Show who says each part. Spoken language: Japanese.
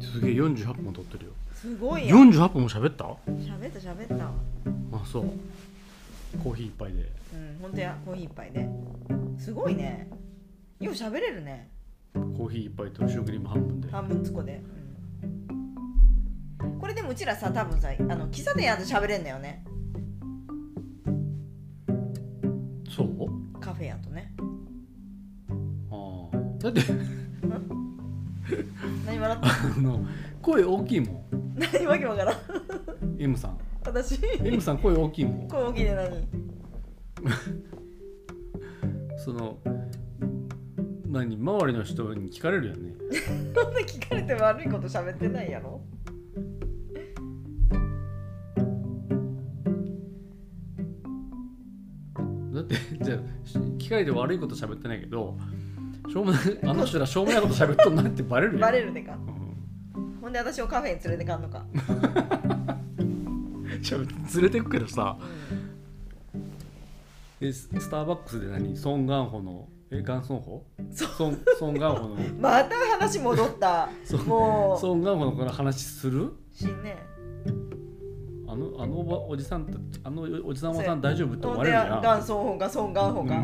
Speaker 1: すげえ48本撮ってるよ
Speaker 2: すごいよ
Speaker 1: 48本も喋った
Speaker 2: 喋った喋った
Speaker 1: あそうコーヒー一杯で
Speaker 2: うん本当やコーヒー一杯ねすごいねよう喋れるね
Speaker 1: コーヒー一杯とシュークリーム半分で
Speaker 2: 半分つこで、うんこれでもうちらさ多分さあの喫茶店やると喋れんだよね
Speaker 1: そう
Speaker 2: カフェやとね
Speaker 1: ああだって
Speaker 2: 何笑った
Speaker 1: あの声大きいもん
Speaker 2: 何わけわからん
Speaker 1: M さん
Speaker 2: 私
Speaker 1: M さん声大きいもん
Speaker 2: こう大きいで何
Speaker 1: その何周りの人に聞かれるよね
Speaker 2: そんな聞かれて悪いこと喋ってないやろ
Speaker 1: だって じゃあし聞かれて悪いこと喋ってないけどしょうもないあの人らしょうもないこと喋っとんなってバレるよ
Speaker 2: バレるでか
Speaker 1: うん
Speaker 2: ほんで私をカフェに連れてかんのか、
Speaker 1: じゃあ連れてくけどさ
Speaker 2: うん
Speaker 1: えススターバックスで何ソン・ガンホのえガンソンホ
Speaker 2: ソ
Speaker 1: ソンソン・ガンホの
Speaker 2: また話戻った
Speaker 1: そ
Speaker 2: もう
Speaker 1: ソン・ガンホのこの話する
Speaker 2: 死んね
Speaker 1: あのあのおばおじさんとあのおじさんおばさ
Speaker 2: そうや
Speaker 1: ん大丈夫って
Speaker 2: ほ
Speaker 1: 思
Speaker 2: ん
Speaker 1: われ
Speaker 2: で
Speaker 1: るじゃん
Speaker 2: ガンソンホンガソンガンホンガ